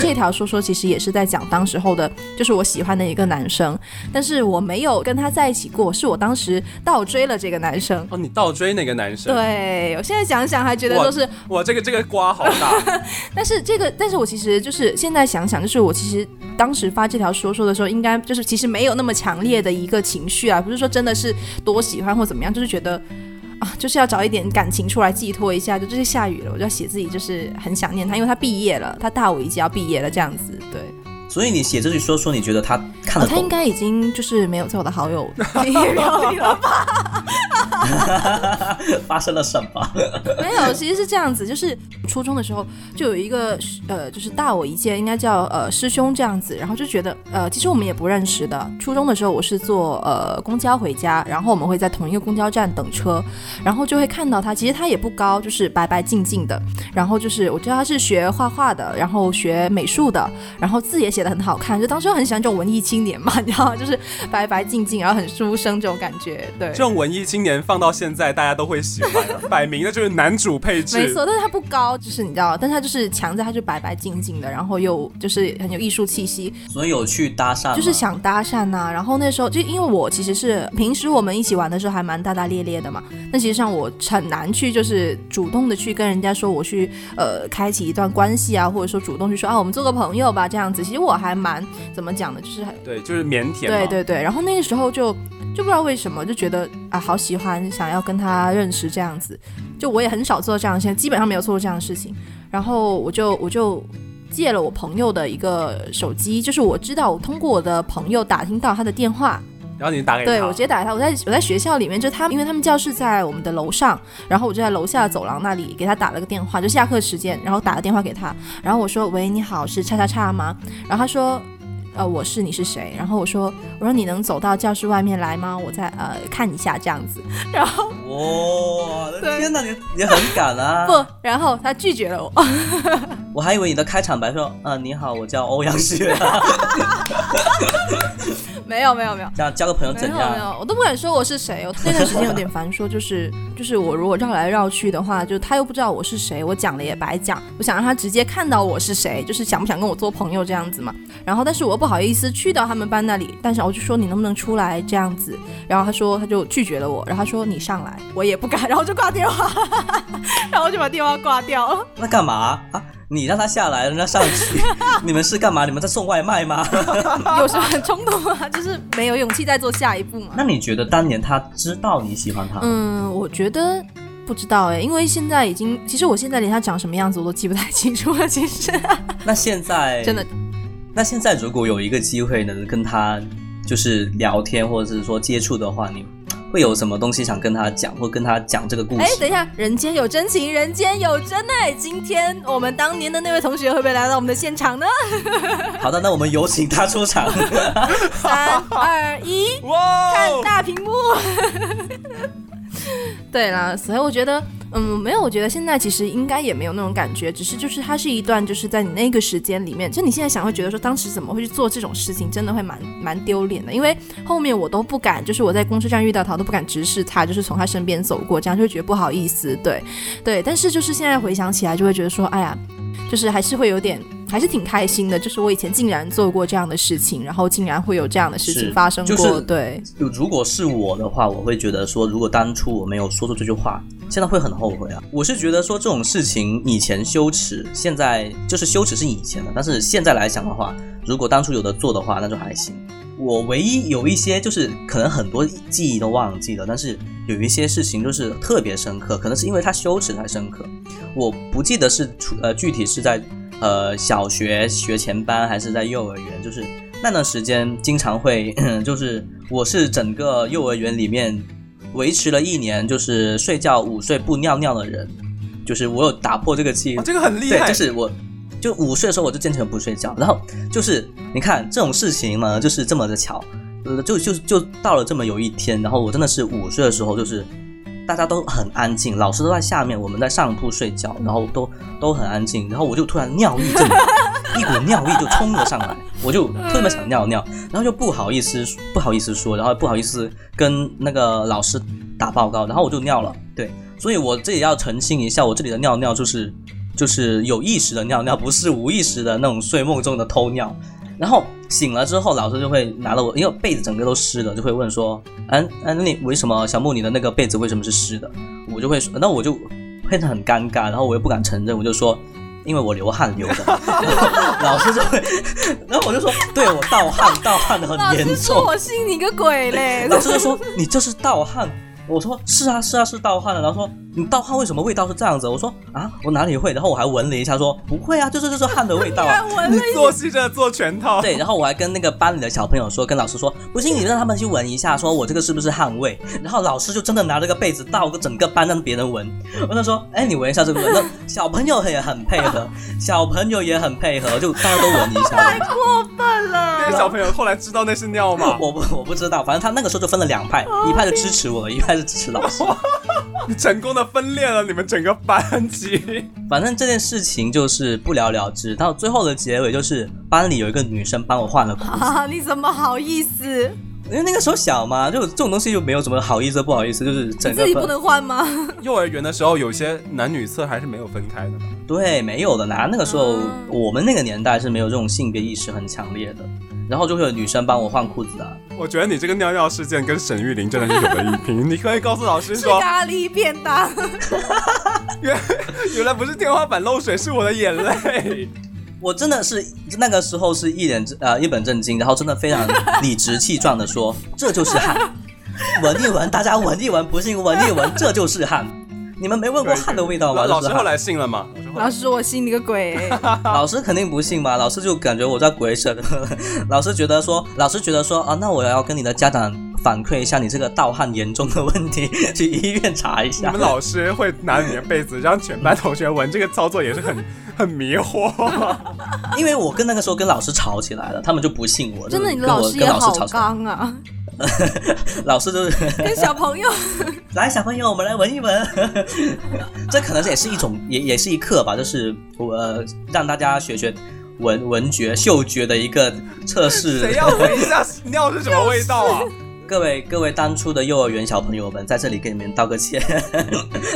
C: 这条说说其实也是在讲当时候的，就是我喜欢的一个男生，但是我没有跟他在一起过，是我当时倒追了这个男生。
B: 哦，你倒追那个男生，，
C: 对，我现在想想还觉得
B: 哇
C: 都是
B: 哇，这个这个瓜好大。
C: 但是这个，但是我其实就是现在想想，就是我其实当时发这条说说的时候，应该就是其实没有那么强烈的一个情绪啊，不是说真的是多喜欢或怎么样，就是觉得啊，就是要找一点感情出来寄托一下。就这些下雨了，我就要写自己就是很想念他，因为他毕业了，他大我一届要毕业了这样子。对，
D: 所以你写这句说说，你觉得他看
C: 哦
D: 得
C: 他应
D: 懂？
C: 该已经就是没有在我的好友第一表里了 (laughs) 吧？
D: 发生了什么？
C: (laughs) 没有，其实是这样子，就是初中的时候就有一个呃，就是大我一届，应该叫呃师兄这样子，然后就觉得呃，其实我们也不认识的。初中的时候我是坐呃公交回家，然后我们会在同一个公交站等车，然后就会看到他，其实他也不高，就是白白净净的，然后就是我知道他是学画画的，然后学美术的，然后字也写的很好看，就当时很喜欢这种文艺青年嘛，你知道吗？就是白白净净，然后很书生这种感觉，对。
B: 这种文艺青年放到现在，大家都会喜欢
D: (laughs)
B: 了，摆明的就是男主配置。
C: 没错，但是他不高，就是你知道，但是他就是强在，他就白白净净的，然后又就是很有艺术气息，
D: 所以有去搭讪吗，
C: 就是想搭讪呐、然后那时候就因为我其实是平时我们一起玩的时候还蛮大大咧咧的嘛，但其实上我很难去就是主动的去跟人家说我去呃开启一段关系啊，或者说主动去说啊我们做个朋友吧这样子，其实我还蛮怎么讲呢，就是很
B: 对，就是腼腆嘛。
C: 对对对，然后那个时候就就不知道为什么就觉得啊，好喜欢，想要跟他认识这样子。就我也很少做这样的事情，基本上没有做过这样的事情。然后我就我就借了我朋友的一个手机，就是我知道我通过我的朋友打听到他的电话，
B: 然后你打给他，
C: 对我直接打给他。我在我在学校里面，就是他，因为他们教室在我们的楼上，然后我就在楼下的走廊那里给他打了个电话，就下课时间，然后打了电话给他，然后我说：“喂，你好，是叉叉叉吗？”然后他说。呃，我是你是谁？然后我说，我说你能走到教室外面来吗？我再呃看一下这样子。 (laughs) 然后
D: 哇，
C: 对
D: 天哪，你你很敢
C: (laughs)
D: 啊！
C: 不，然后他拒绝了我。 (laughs)
D: 我还以为你的开场白说，啊、你好，我叫欧阳啊雪，
C: (laughs) 没有没有没有，
D: 这样交个朋友
C: 没
D: 怎
C: 有没
D: 样？
C: 有，我都不敢说我是谁。我那段时间有点烦，说就是就是我如果绕来绕去的话，就他又不知道我是谁，我讲了也白讲。我想让他直接看到我是谁，就是想不想跟我做朋友这样子嘛。然后但是我又不好意思去到他们班那里，但是我就说你能不能出来这样子，然后他说他就拒绝了我，然后他说你上来，我也不敢，然后就挂电话， (laughs) 然后就把电话挂掉了。
D: 那干嘛啊？你让他下来，让他上
C: (laughs)
D: 去，你们是干嘛？你们在送外卖吗？
C: 有时候 (laughs) 很冲动啊，就是没有勇气再做下一步嘛。
D: 那你觉得当年他知道你喜欢他吗？
C: 嗯，我觉得不知道哎，因为现在已经，其实我现在连他长什么样子我都记不太清楚了。其实
D: 那现在
C: (laughs) 真的，
D: 那现在如果有一个机会能跟他就是聊天，或者是说接触的话，你会有什么东西想跟他讲，或跟他讲这个故事？
C: 哎，等一下，人间有真情，人间有真爱。今天我们当年的那位同学会不会来到我们的现场呢？
D: 好的，那我们有请他出场。 (laughs)
C: 三二一，
B: 哇
C: 看
B: 哦，
C: 大屏幕。 (laughs) 对啦，所以我觉得，嗯，没有，我觉得现在其实应该也没有那种感觉，只是就是它是一段，就是在你那个时间里面，就你现在想会觉得说，当时怎么会去做这种事情，真的会蛮蛮丢脸的。因为后面我都不敢，就是我在公车站遇到他，我都不敢直视他，就是从他身边走过，这样就会觉得不好意思。对，对，但是就是现在回想起来，就会觉得说，哎呀，就是还是会有点，还是挺开心的，就是我以前竟然做过这样的事情，然后竟然会有这样的事情
D: 是
C: 发生过，
D: 就是
C: 对。
D: 如果是我的话，我会觉得说，如果当初我没有说出这句话，现在会很后悔啊。我是觉得说这种事情以前羞耻，现在就是羞耻是以前的，但是现在来讲的话，如果当初有的做的话，那就还行。我唯一有一些就是可能很多记忆都忘记了，但是有一些事情就是特别深刻，可能是因为它羞耻才深刻。我不记得是出呃具体是在呃小学学前班还是在幼儿园，就是那段时间经常会 (clears throat) 就是我是整个幼儿园里面维持了一年就是睡觉午睡不尿尿的人，就是我有打破这个记录。
B: 哇这个很厉害，
D: 对，就是我，就午睡的时候我就坚持不睡觉，然后就是你看这种事情呢，就是这么的巧，呃，就就就到了这么有一天，然后我真的是午睡的时候，就是大家都很安静，老师都在下面，我们在上铺睡觉，然后都都很安静，然后我就突然尿意正。一股尿意就冲了上来，我就 (laughs) 特别想尿尿，然后就不好意思不好意思说，然后不好意思跟那个老师打报告，然后我就尿了。对，所以我这里要澄清一下，我这里的尿尿就是就是有意识的尿尿，不是无意识的那种睡梦中的偷尿。然后醒了之后，老师就会拿了我，因为被子整个都湿了，就会问说：“嗯、嗯、那你为什么小木你的那个被子为什么是湿的？”我就会说，那我就会很尴尬，然后我又不敢承认，我就说。因为我流汗流的，然后老师就会， (laughs) 然后我就说，对我盗汗，盗汗的很
C: 老
D: 严
C: 师
D: 重。 (laughs)
C: 说我信你个鬼嘞！
D: 老师就说：“你这是盗汗，我说是啊是啊是盗汗了，然后说你盗汗为什么味道是这样子？我说啊我哪里会？然后我还闻了一下说不会啊，就是就是汗的味道啊。 (laughs)
C: 闻
B: 你做戏真的做全套，
D: 对，然后我还跟那个班里的小朋友说，跟老师说，不信你让他们去闻一下，说我这个是不是汗味？然后老师就真的拿了个被子倒个整个班让别人闻。我就说，哎，你闻一下这个味，那小朋友也很配合，小朋友也很配合，就大家都闻一下。
C: 过分了，
B: 那个小朋友后来知道那是尿吗？
D: 我不我不知道，反正他那个时候就分了两派，一派就支持我，一派是支持老师。
B: 你成功的分裂了你们整个班级，
D: 反正这件事情就是不了了之，到最后的结尾就是班里有一个女生帮我换了裤子。
C: 啊！你怎么好意思？
D: 因为那个时候小嘛，就这种东西就没有什么好意思不好意思，就是整个
C: 自己
D: 班
C: 不能换吗？
B: 幼儿园的时候有些男女厕还是没有分开的。
D: 对，没有的啦。那个时候、
C: 啊
D: 我们那个年代是没有这种性别意识很强烈的，然后就会有女生帮我换裤子啊。
B: 我觉得你这个尿尿事件跟沈玉琳真的是有的一
D: (laughs)
B: 拼。你可以告诉老师
C: 吃
D: 啊
B: 说，
C: 咖喱便当，
B: 原 (laughs) 原来不是天花板漏水，是我的眼
D: (laughs)
B: 泪。
D: 我真的是那个时候是一脸呃一本正经，然后真的非常理直气壮的说，这就是
B: (laughs)
D: 汗，闻一闻，大家闻一闻，不信闻一闻，这就是汗。你们没闻过汗的味道吗？
B: 老老师
D: 就是汗
B: 后来信了吗？老师后来
C: 老师我信你个鬼！
D: (laughs) 老师肯定不信嘛，老师就感觉我在鬼扯。 (laughs) 老师觉得说，老师觉得说啊，那我要跟你的家长反馈一下你这个盗汗严重的问题， (laughs) 去医院查一
B: 你
D: 下。
B: 们老师会拿你的被子让全班同学闻，这个操作也是很很迷惑。
D: 因为我跟那个时候跟老师吵起来了，他们就不信我，
C: 真的，
D: 就
C: 你
D: 跟我
C: 老师
D: 跟
C: 也
D: 老
C: 好
D: 师吵起来，
C: 刚啊，
D: 老师就是 (laughs)
C: 跟小朋友
D: 来小朋友，我们来闻一闻， (laughs) 这可能也是一种也也是一课吧，就是我、呃、让大家学学闻闻觉、嗅觉的一个测
B: 谁
D: 试。
B: 要闻一下尿是什么味道啊？
D: 各位各位当初的幼儿园小朋友们，在这里给你们道个
C: (laughs)
D: 歉，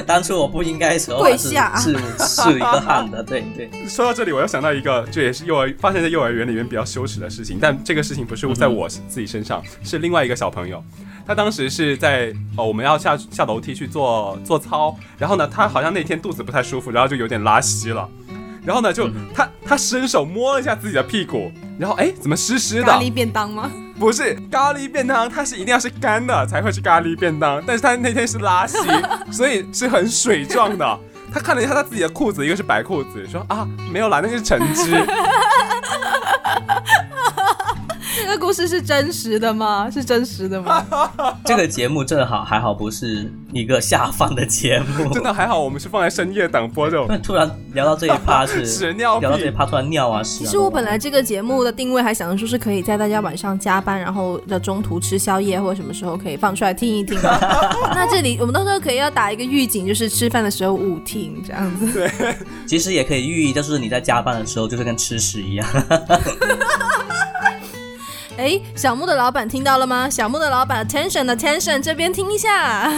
D: 当初我不应该说
C: 跪
D: 是
C: 下
D: 是是一个汉的，对对。
B: 说到这里，我又想到一个，这也是幼儿发生在幼儿园里面比较羞耻的事情，但这个事情不是在我自己身上，是另外一个小朋友。他当时是在呃，我们要下下楼梯去做做操，然后呢，他好像那天肚子不太舒服，然后就有点拉稀了，然后呢，就他他伸手摸了一下自己的屁股，然后哎，怎么湿湿
C: 咖
B: 的？
C: 喱便当吗？
B: 不是咖喱便当，它是一定要是干的才会是咖喱便当，但是它那天是拉
C: (laughs)
B: 稀，所以是很水状的。他看了一下他自己的裤子，一个是白裤子，说啊没有啦，那个是橙汁。
C: (laughs) 这个故事是真实的吗？是真实的吗？
D: 啊这个节目正好还好不是一个下饭的节目， (laughs)
B: 真的还好，我们是放在深夜档播这种
D: 因为突然聊到这一
C: (laughs)
D: 趴是
B: 屎尿屁
D: 聊到这一趴突然尿啊屎
C: 其
D: 啊。
C: 实我本来这个节目的定位还想着说是可以在大家晚上加班，然后的中途吃宵夜或者什么时候可以放出来听一听。啊
D: (laughs)
C: 那这里我们到时候可以要打一个预警，就是吃饭的时候勿听这样子。
D: 其实也可以寓意，就是你在加班的时候就是跟吃屎
C: (laughs)
D: 一样。
C: 哎，小木的老板听到了吗？小木的老板，attention attention，这边听一下。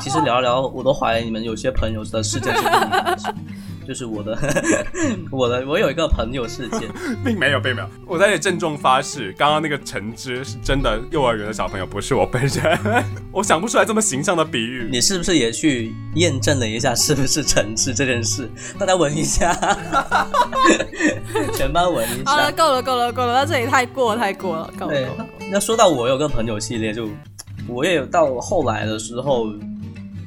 D: 其实聊一聊，我都怀疑你们有些朋友的事件是不一样的。就是我的，我的，我有一个朋友事件，
B: 并没有，并没有。我在这里郑重发誓，刚刚那个橙汁是真的幼儿园的小朋友，不是我本人。 (laughs) 我想不出来这么形象的比喻。
D: 你是不是也去验证了一下是不是橙汁这件事？大家闻一下， (laughs) 全班闻一
C: 好了，
D: 下。
C: 够了，够了，够了，到这里太过了，太过了，够了。
D: 对
C: 够了，
D: 那说到我有个朋友系列就，我也有到后来的时候，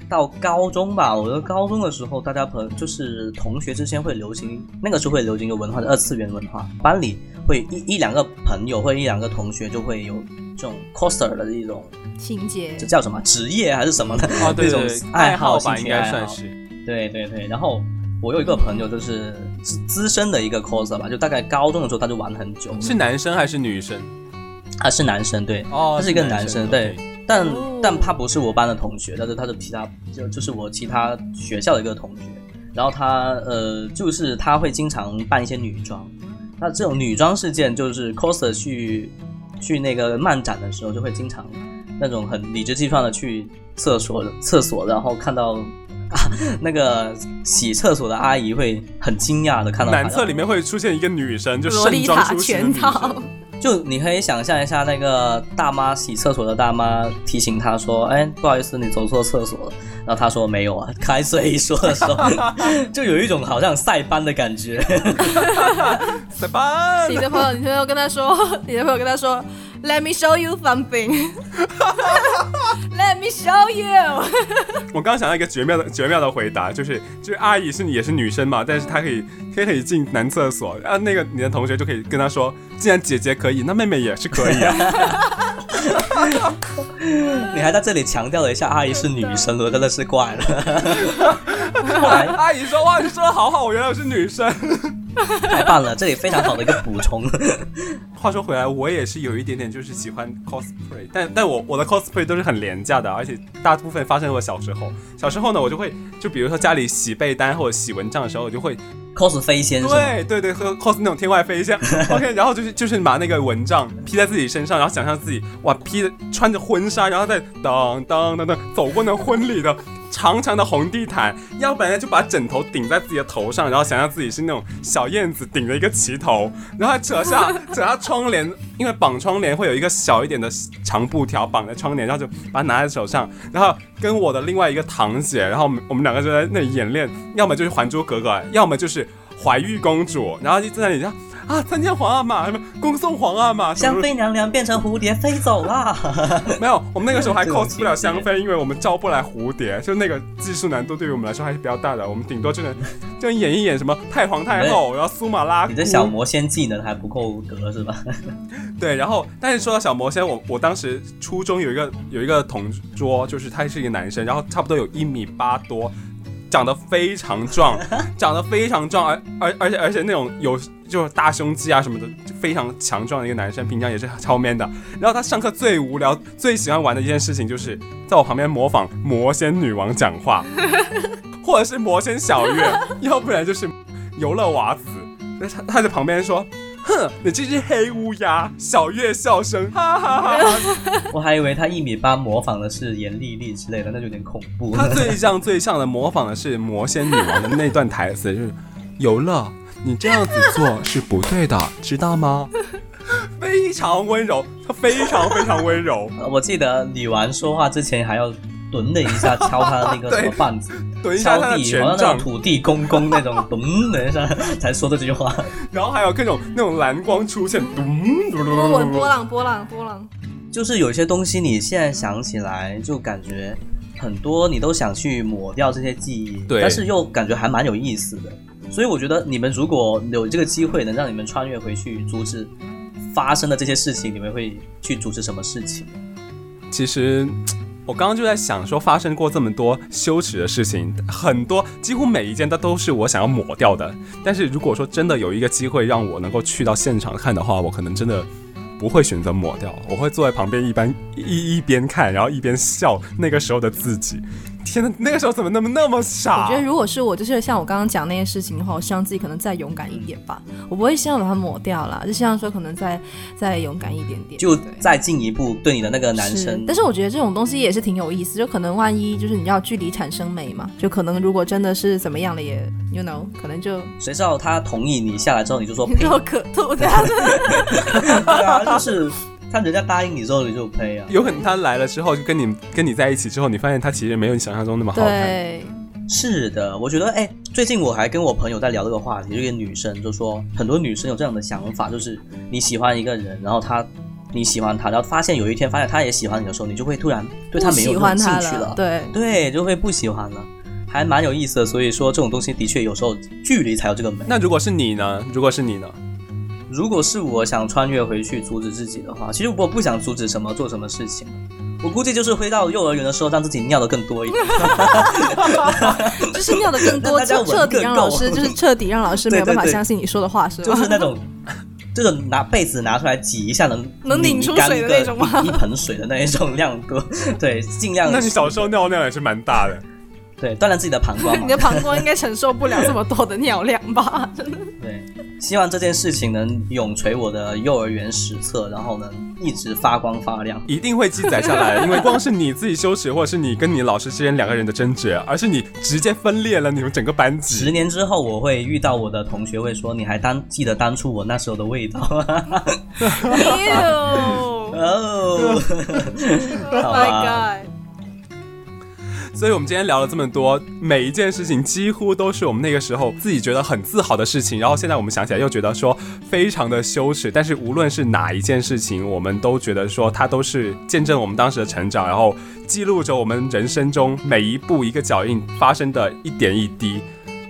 D: 到高中吧，我的高中的时候，大家朋就是同学之间会流行，那个时候会流行一个文化的二次元文化，班里会一一两个朋友或者一两个同学就会有这种 coser 的一种，
C: 情节
D: 这叫什么职业还是什么呢？
B: 哦，对对
D: 那
B: 对
D: 种，
B: 爱
D: 好
B: 吧，
D: 兴
B: 应
D: 趣
B: 该
D: 爱
B: 算
D: 好
B: 是。
D: 对对对，然后我有一个朋友就是资资深的一个 coser 吧，就大概高中的时候他就玩很久，
B: 是男生还是女生？
D: 他是男生，对，
B: 哦
D: 他是一个
B: 是男
D: 男生，
B: 生
D: 对
B: OK，
D: 但
C: 哦
D: 但他不是我班的同学，但是他是其他就就是我其他学校的一个同学，然后他呃就是他会经常扮一些女装，那这种女装事件就是 coser 去去那个漫展的时候就会经常那种很理直气壮的去厕所厕所，然后看到。啊，那个洗厕所的阿姨会很惊讶的看到他
B: 男厕里面会出现一个女生，就
C: 洛丽
B: 盛装
C: 塔
B: 出席的
C: 全
B: 女生
C: 套。。
D: 就你可以想象一下，那个大妈洗厕所的大妈提醒他说：“哎，不好意思，你走错厕所了。”然后他说：“没有啊。”开水说的时候， (laughs) 就有一种好像塞班的感觉。
B: 塞班
C: 你的朋友， (laughs) 你的朋友跟他说，你的朋友跟他说，Let me show you something，Let me show you (laughs)
B: 我刚想到一个绝妙的绝妙的回答，就是就是阿姨是也是女生嘛，但是她可以她可以进男厕所，啊，那个你的同学就可以跟她说，既然姐姐可以，那妹妹也是可以啊。
D: 你还在这里强调了一下阿姨是女生，我真的是怪了。
B: 后来阿姨说哇，你说的好好，我原来我是女生。
D: 太棒了，这里非常好的一个补充。
B: 话说回来，我也是有一点点就是喜欢 cosplay，但但我我的 cosplay 都是很廉价的，而且大部分发生在我小时候。小时候呢，我就会就比如说家里洗被单或者洗蚊帐的时候，我就会
D: cos 飞仙是吗？
B: 对对对，和 cos 那种天外飞仙，OK，然后就是就是拿那个蚊帐披在自己身上，然后想象自己哇披着穿着婚纱，然后再当当当当走过那婚礼的长长的红地毯，要不然就把枕头顶在自己的头上，然后想象自己是那种小燕子顶着一个旗头，然后还扯下 (laughs) 扯下窗帘，因为绑窗帘会有一个小一点的长布条绑在窗帘，然后就把它拿在手上，然后跟我的另外一个堂姐，然后我们我们两个就在那里演练，要么就是《还珠格格》，要么就是。怀玉公主，然后就在那里讲啊，参见皇阿玛，什么恭送皇阿玛，什
D: 香
B: 么
D: 妃娘娘变成蝴蝶飞走 (laughs) 啦。
B: 没有，我们那个时候还
D: 这种
B: cos 不了
D: 情节
B: 香妃，因为我们招不来蝴蝶，就那个技术难度对于我们来说还是比较大的，我们顶多就能就能演一演什么太皇太后，然后苏马拉姑
D: 你的小魔仙技能还不够格是吧？
B: (laughs) 对，然后但是说到小魔仙，我我当时初中有一个有一个同桌，就是他是一个男生，然后差不多有一米八多，长得非常壮，长得非常壮，而而而且而且那种有就是大胸肌啊什么的，就非常强壮的一个男生，平常也是超 man 的。然后他上课最无聊、最喜欢玩的一件事情，就是在我旁边模仿魔仙女王讲话，或者是魔仙小月，要不然就是游乐娃子。那他他在旁边说。哼， (laughs) 你这只黑乌鸦！小月笑声，哈哈哈哈。
D: 我还以为他一米八模仿的是严丽丽之类的，那就有点恐怖。
B: 他最像最像的模仿的是魔仙女王的那段台词，就是游乐，你这样子做是不对的，知道
D: (laughs)
B: 吗？非常温柔，他非常非常温柔，
D: 呃我记得李纨说话之前还要蹲了一下，敲他那
B: (laughs)
D: 个
B: 对
D: 什么棒子，
B: 等一下他
D: 敲
B: 的
D: 地，
B: 权
D: 好像那
B: 杖
D: 种，土地公公那种，咚的一下 (laughs) 才说的这句话。
B: 然后还有各种那种蓝光出现，咚咚咚
C: 波
B: 咚
C: 纹
B: 咚
C: 波
B: 咚。
C: 浪波浪波浪，
D: 就是有些东西你现在想起来，就感觉很多你都想去抹掉这些记忆，
B: 对
D: 但是又感觉还蛮有意思的。所以我觉得你们如果有这个机会能让你们穿越回去阻止发生的这些事情，你们会去阻止什么事情？
B: 其实。我刚刚就在想，说发生过这么多羞耻的事情，很多几乎每一件它都是我想要抹掉的。但是如果说真的有一个机会让我能够去到现场看的话，我可能真的不会选择抹掉，我会坐在旁边一般 (laughs) 一一边看，然后一边笑那个时候的自己。天呐，那个时候怎么那么那么
C: 我
B: 傻
C: 觉？得如果是我，就是像我刚刚讲那些事情的话，我希望自己可能再勇敢一点吧。我不会希望把它抹掉啦，就希望说可能再再勇敢一点点，
D: 就
C: 对
D: 再进一步对你的那个男
C: 是
D: 生，
C: 但是我觉得这种东西也是挺有意思，就可能万一就是你知道距离产生美嘛，就可能如果真的是怎么样了也，you know，可能
D: (laughs)
C: 就
D: 谁知道他同意你下来之后，你就说呸，
C: 肉可吐这样子。
D: (laughs) 对啊，就是看人家答应你之后你就呸啊。
B: 有可能他来了之后，就跟你跟你在一起之后，你发现他其实没有你想象中那么好看。
C: 对，
D: 是的，我觉得哎，最近我还跟我朋友在聊这个话题，就一个女生就说，很多女生有这样的想法，就是你喜欢一个人，然后他你喜欢他，然后发现有一天发现他也喜欢你的时候，你就会突然对他
C: 不
D: 没有
C: 喜
D: 那种
C: 欢
D: 兴
C: 他
D: 趣了，
C: 对，
D: 对，就会不喜欢了，还蛮有意思的。所以说这种东西的确有时候距离才有这个美。
B: 那如果是你呢？如果是你呢？
D: 如果是我想穿越回去阻止自己的话，其实我不想阻止什么做什么事情，我估计就是回到幼儿园的时候，让自己尿的更多一点。
C: 就是尿的
D: (laughs)
C: 更
D: 让
C: 多，
D: 大家
C: 就
D: 闻
C: 彻底让
D: 更
C: 老
D: 够 (laughs)
C: 师就是彻底让老师没有办法
D: 对对对
C: 相信你说的话是
D: 就
C: 吧？
D: 是那种 (laughs) 这种拿被子拿出来挤一下能
C: 能拧出
D: 干
C: 水的
D: 个
C: 那种吗
D: 一一盆水的那一种量 (laughs) 多，对，尽量
B: 那你小 (laughs) 时候尿尿也是蛮大的。
D: 对锻炼自己的膀胱
C: 你
D: 嘛
C: 的，膀胱应该承受不了这么多的尿量吧？
D: (laughs)
C: 真的
D: 对，希望这件事情能永垂我的幼儿园史册，然后能一直发光发亮。
B: 一定会记载下来，因为光是你自己羞耻，或者是你跟你老师之间两个人的争执，而是你直接分裂了你们整个班
D: 十
B: 级。
D: 年之后，我会遇到我的同学，会说你还当记得当初我那时候的味道吗？哎
C: ，ew，Oh
D: 哦，好吧
C: god！
B: 所以我们今天聊了这么多，每一件事情几乎都是我们那个时候自己觉得很自豪的事情，然后现在我们想起来又觉得说非常的羞耻。但是无论是哪一件事情，我们都觉得说它都是见证我们当时的成长，然后记录着我们人生中每一步一个脚印发生的一点一滴。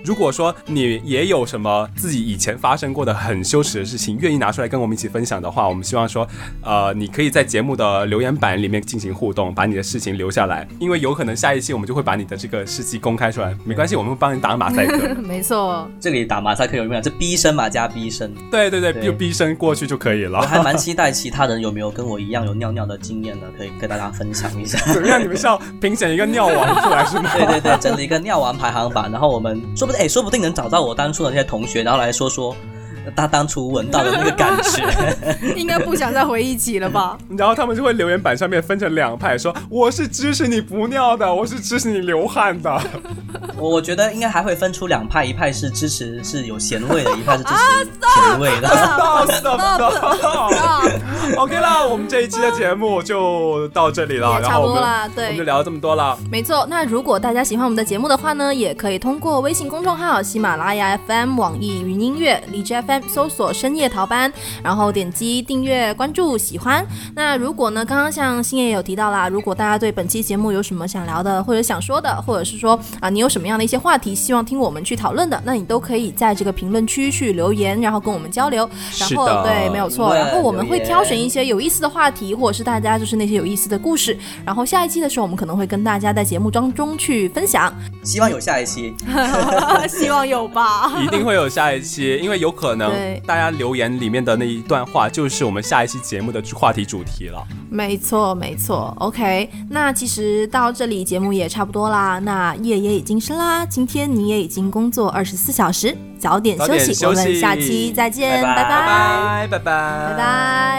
B: 如果说你也有什么自己以前发生过的很羞耻的事情，愿意拿出来跟我们一起分享的话，我们希望说，呃，你可以在节目的留言板里面进行互动，把你的事情留下来，因为有可能下一期我们就会把你的这个事迹公开出来。没关系，我们会帮你打马赛克。
C: (laughs) 没错，
D: 这里打马赛克有没啊有？这逼声嘛，加逼声。
B: 对对对，
D: 对
B: 就逼声过去就可以
D: 我
B: 了。
D: 还蛮期待其他人有没有跟我一样有尿尿的经验呢，可以跟大家分享一下。
B: 怎么样？你们是要评选一个尿王出来是吗？
D: (laughs) 对对对，整理一个尿王排行榜，然后我们说不定哎，说不定能找到我当初的那些同学，然后来说说呃他当初闻到的那个感觉。
C: 应该不想再回忆起了吧？ (laughs)
B: 然后他们就会留言板上面分成两派，说我是支持你不尿的，我是支持你流汗的。
D: 我我觉得应该还会分出两派，一派是支持是有咸味的，一派是支持甜味的。
B: 到死到
C: 啊
B: OK 啦，我们这一期的节目就到这里了，
C: 也
B: 然
C: 差
B: 后
C: 不
B: 我
C: 多
B: 们
C: 啦对
B: 我们就聊这么多
C: (laughs)
B: 了。
C: 没错，那如果大家喜欢我们的节目的话呢，也可以通过微信公众号、喜马拉雅 FM、网易云音乐、荔枝 FM 搜索“深夜逃班”，然后点击订阅、关注、喜欢。那如果呢，刚刚像星爷也有提到啦，如果大家对本期节目有什么想聊的，或者想说的，或者是说啊，你有什么样的一些话题希望听我们去讨论的，那你都可以在这个评论区去留言，然后跟我们交流。然
B: 是
C: 后
B: 的
C: 对，没有错，
D: 对
C: 然后我们会
D: 留言
C: 挑选一些有意思的话题，或者是大家就是那些有意思的故事，然后下一期的时候，我们可能会跟大家在节目当中去分 (laughs) 享，
D: (laughs) 希望有下一期。
C: 希望有吧。
B: 一定会有下一期，因为有可能
C: 对
B: 大家留言里面的那一段话就是我们下一期节目的话题主题了。
C: (laughs) 没错，没错。OK，那其实到这里节目也差不多啦，那夜也已经深啦，今天你也已经工作二十四小时，早点
B: 早
C: 休
B: 点
C: 息，
B: 休
C: 我们
B: 息
C: 下期再见，
D: 拜拜
B: 拜拜拜拜
C: 拜拜